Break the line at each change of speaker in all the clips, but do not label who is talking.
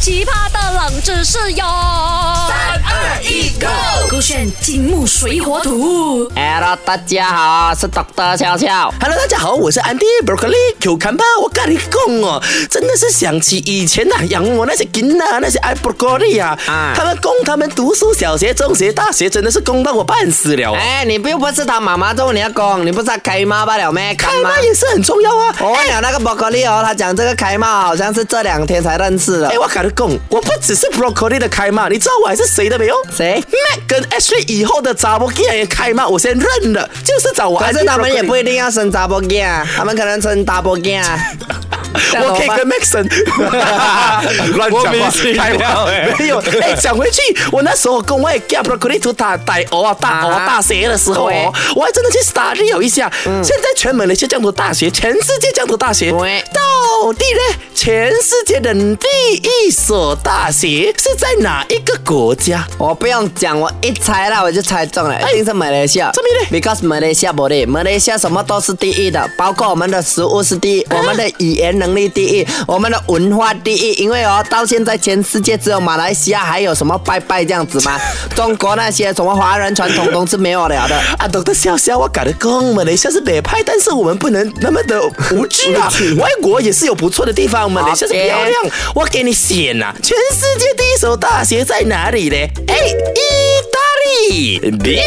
奇葩的冷知识哟！三
二一，Go！
勾选金木水火土。
Hello，大家好，是 Dr. 悄悄。
Hello，大家好，我是安迪 Broccoli Q 看吧，我跟你讲哦，真的是想起以前呐、养我那些囡呐、那些 i Broccoli 啊，
啊
他们供他们读书，小学、中学、大学，真的是供到我半死了。
哎，你又不是他妈妈咒你要公，你不是他开妈罢了咩？
开
干妈
麦也是很重要啊。
我问了那个 broccoli 哦，他讲这个开妈好像是这两天才认识的
哎，。我跟你讲，我不只是 Broccoli 的开骂，你知道我还是谁的没有？
谁
Mac 跟 Ashley 以后的杂波竟然也开骂，我先认了，就是找我
可
安迪 Broccoli。
是他们也不一定要生 double g 啊，他们可能生 double g 啊。
我可以跟 Maxon 乱
我明星
开
了欸
没有。哎，讲回去，我那时候跟我 g a b r o c o l i 图打打鹅啊，大鹅
啊
大学的时候哦，我还真的去 study 了一下。现在全美那些这样多大学，全世界这样多大学，
对
到底呢？全世界的第一所大学是在哪一个国家？
我不用讲，我一猜啦，我就猜中了，一定是马来西亚。
哎怎么的
？Because 马来西亚不对，马来西亚什么都是第一的，包括我们的食物是第
啊
一，我们的语言能力第一，我们的文化第一。因为哦，到现在全世界只有马来西亚还有什么拜拜这样子 嘛，中国那些什么华人传统都是没有了的。
啊，懂得笑笑，我搞得公马来西亚是北派，但是我们不能那么的无知啊。外国也是有不错的地方，马来西亚是漂亮。
哎
我给你选呐、啊，全世界第一所大学在哪里呢？A. 意大利，B. 英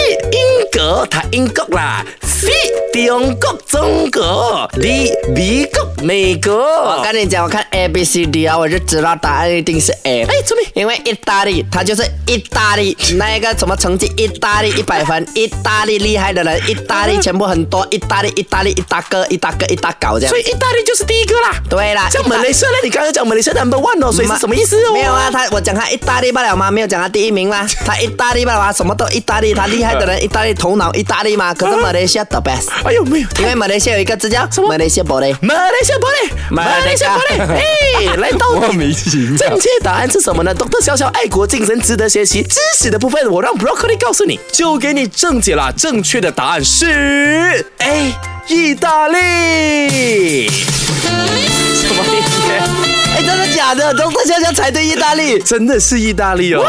国，它英国啦，C. 中国，中国，D. 美国，美
我
国。
跟你讲，我看 A B C D 啊，我就知道答案一定是 A。
哎，聪明。
因为意大利，他就是意大利那一个什么成绩，意大利一百分，意大利厉害的人，意大利全部很多，意大利意大利一大哥一大哥一大搞这样
所。以意大利就是第一个啦。
对啦，
像马来西亚呢，你刚刚讲马来西亚 number one 哦，所以是什么意思哦？
没有啊，他我讲他意大利罢了吗？没有讲他第一名吗？他意大利罢了吗？什么都意大利，他厉害 的人意大利，头脑意大利嘛。可是
啊
马来西亚 the best，
哎呦，没有。
因为马来西亚有一个字叫马来西亚 b o l
马来西亚玻璃，马来西亚玻璃， 哎，来到
莫名
底
其妙
正确答案是什么呢？懂得小小爱国精神，值得学习。知识的部分，我让 Broccoli 告诉你，就给你正解啦。正确的答案是 A，意大利。 什么意思？
哎，真的假的？ 都是笑笑才对意大利。
真的是意大利哦。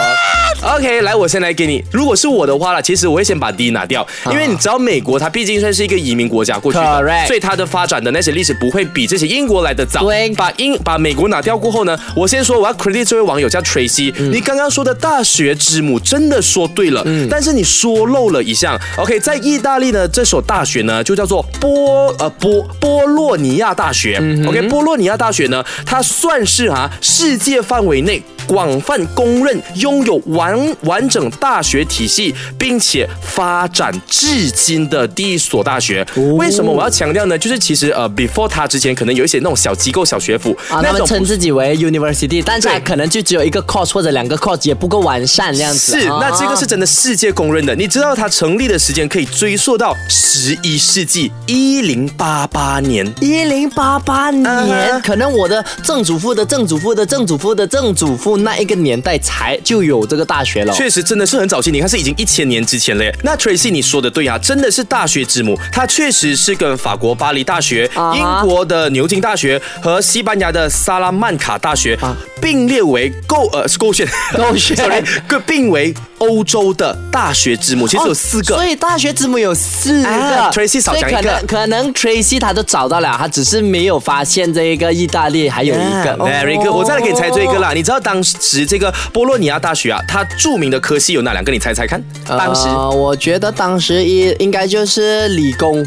OK，来，我先来给你。如果是我的话啦，其实我会先把 D 拿掉，因为你知道美国它毕竟算是一个移民国家过去的
啊 Correct
所以它的发展的那些历史不会比这些英国来的早。
对
把英把美国拿掉过后呢，我先说我要 credit 这位网友叫 Tracy，、你
嗯
刚刚说的大学之母真的说对了，但是你说漏了一项。OK，在意大利呢，这所大学呢就叫做波呃波波洛尼亚大学。OK，波
嗯
洛尼亚大学呢，它算是啊世界范围内。广泛公认拥有完完整大学体系，并且发展至今的第一所大学。
哦
为什么我要强调呢？就是其实呃，before 它之前可能有一些那种小机构、小学府，
啊，他
那
们
种
称自己为 university，但是
对
它可能就只有一个 course 或者两个 course，也不够完善这样子。
是，
啊
那这个是真的世界公认的。你知道它成立的时间可以追溯到十一世纪一零八八年。
一零八八
嗯哼
年，可能我的曾祖父的曾祖父的曾祖父的曾祖父那一个年代才就有这个大学了。
确实真的是很早期，你看是已经一千年之前了耶。那 Tracy 你说的对啊，真的是大学之母，它确实是跟法国巴黎大学、
啊
英国的牛津大学和西班牙的萨拉曼卡大学、
啊
并列为构呃是构选
构选
sorry，各并为欧洲的大学之母，其实有四个。
哦所以大学字母有四个。
啊，Tracy 少
所以
讲一个
可能可能 Tracy 他都找到了，他只是没有发现这一个意大利还有一个。哦
Very good，、我再来给你猜最后一个啦。你知道当时这个波洛尼亚大学啊，它著名的科系有哪两个？你猜猜看。当时、
呃我觉得当时一应该就是理工，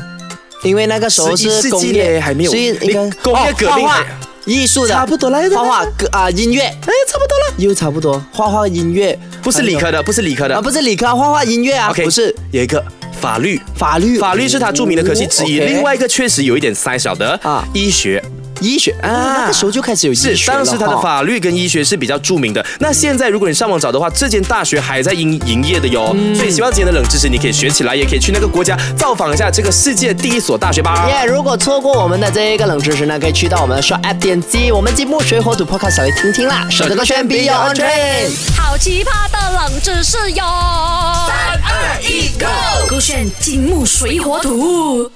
因为那个时候
11世
是
纪
工
嘞
业，
还没有
所以应该
你工业革命
哦画
还
画艺术的
差不多啦
画画歌啊、音乐
哎，差不多了，
又差不多，画画音乐
不是理科的，不是理科的。
啊，不是理科，画画音乐啊
OK，
不是
有一个法律。
法律，
法律是它著名的科系之一，
哦，OK
另外一个确实有一点 size 小的
啊
医学
医学啊，那个时候就开始有医学
是当时它
了
的
哈
法律跟医学是比较著名的。那现在如果你上网找的话，这间大学还在营营业的哟。
嗯
所以希望今天的冷知识你可以学起来，也可以去那个国家造访一下这个世界第一所大学吧。
耶如果错过我们的这一个冷知识呢，可以去到我们的 s h o p App 点击我们金木水火土 Podcast 来听听啦。守着个圈，Be your own train。
好奇葩的冷知识哟！三二一，Go！勾选金木水火土。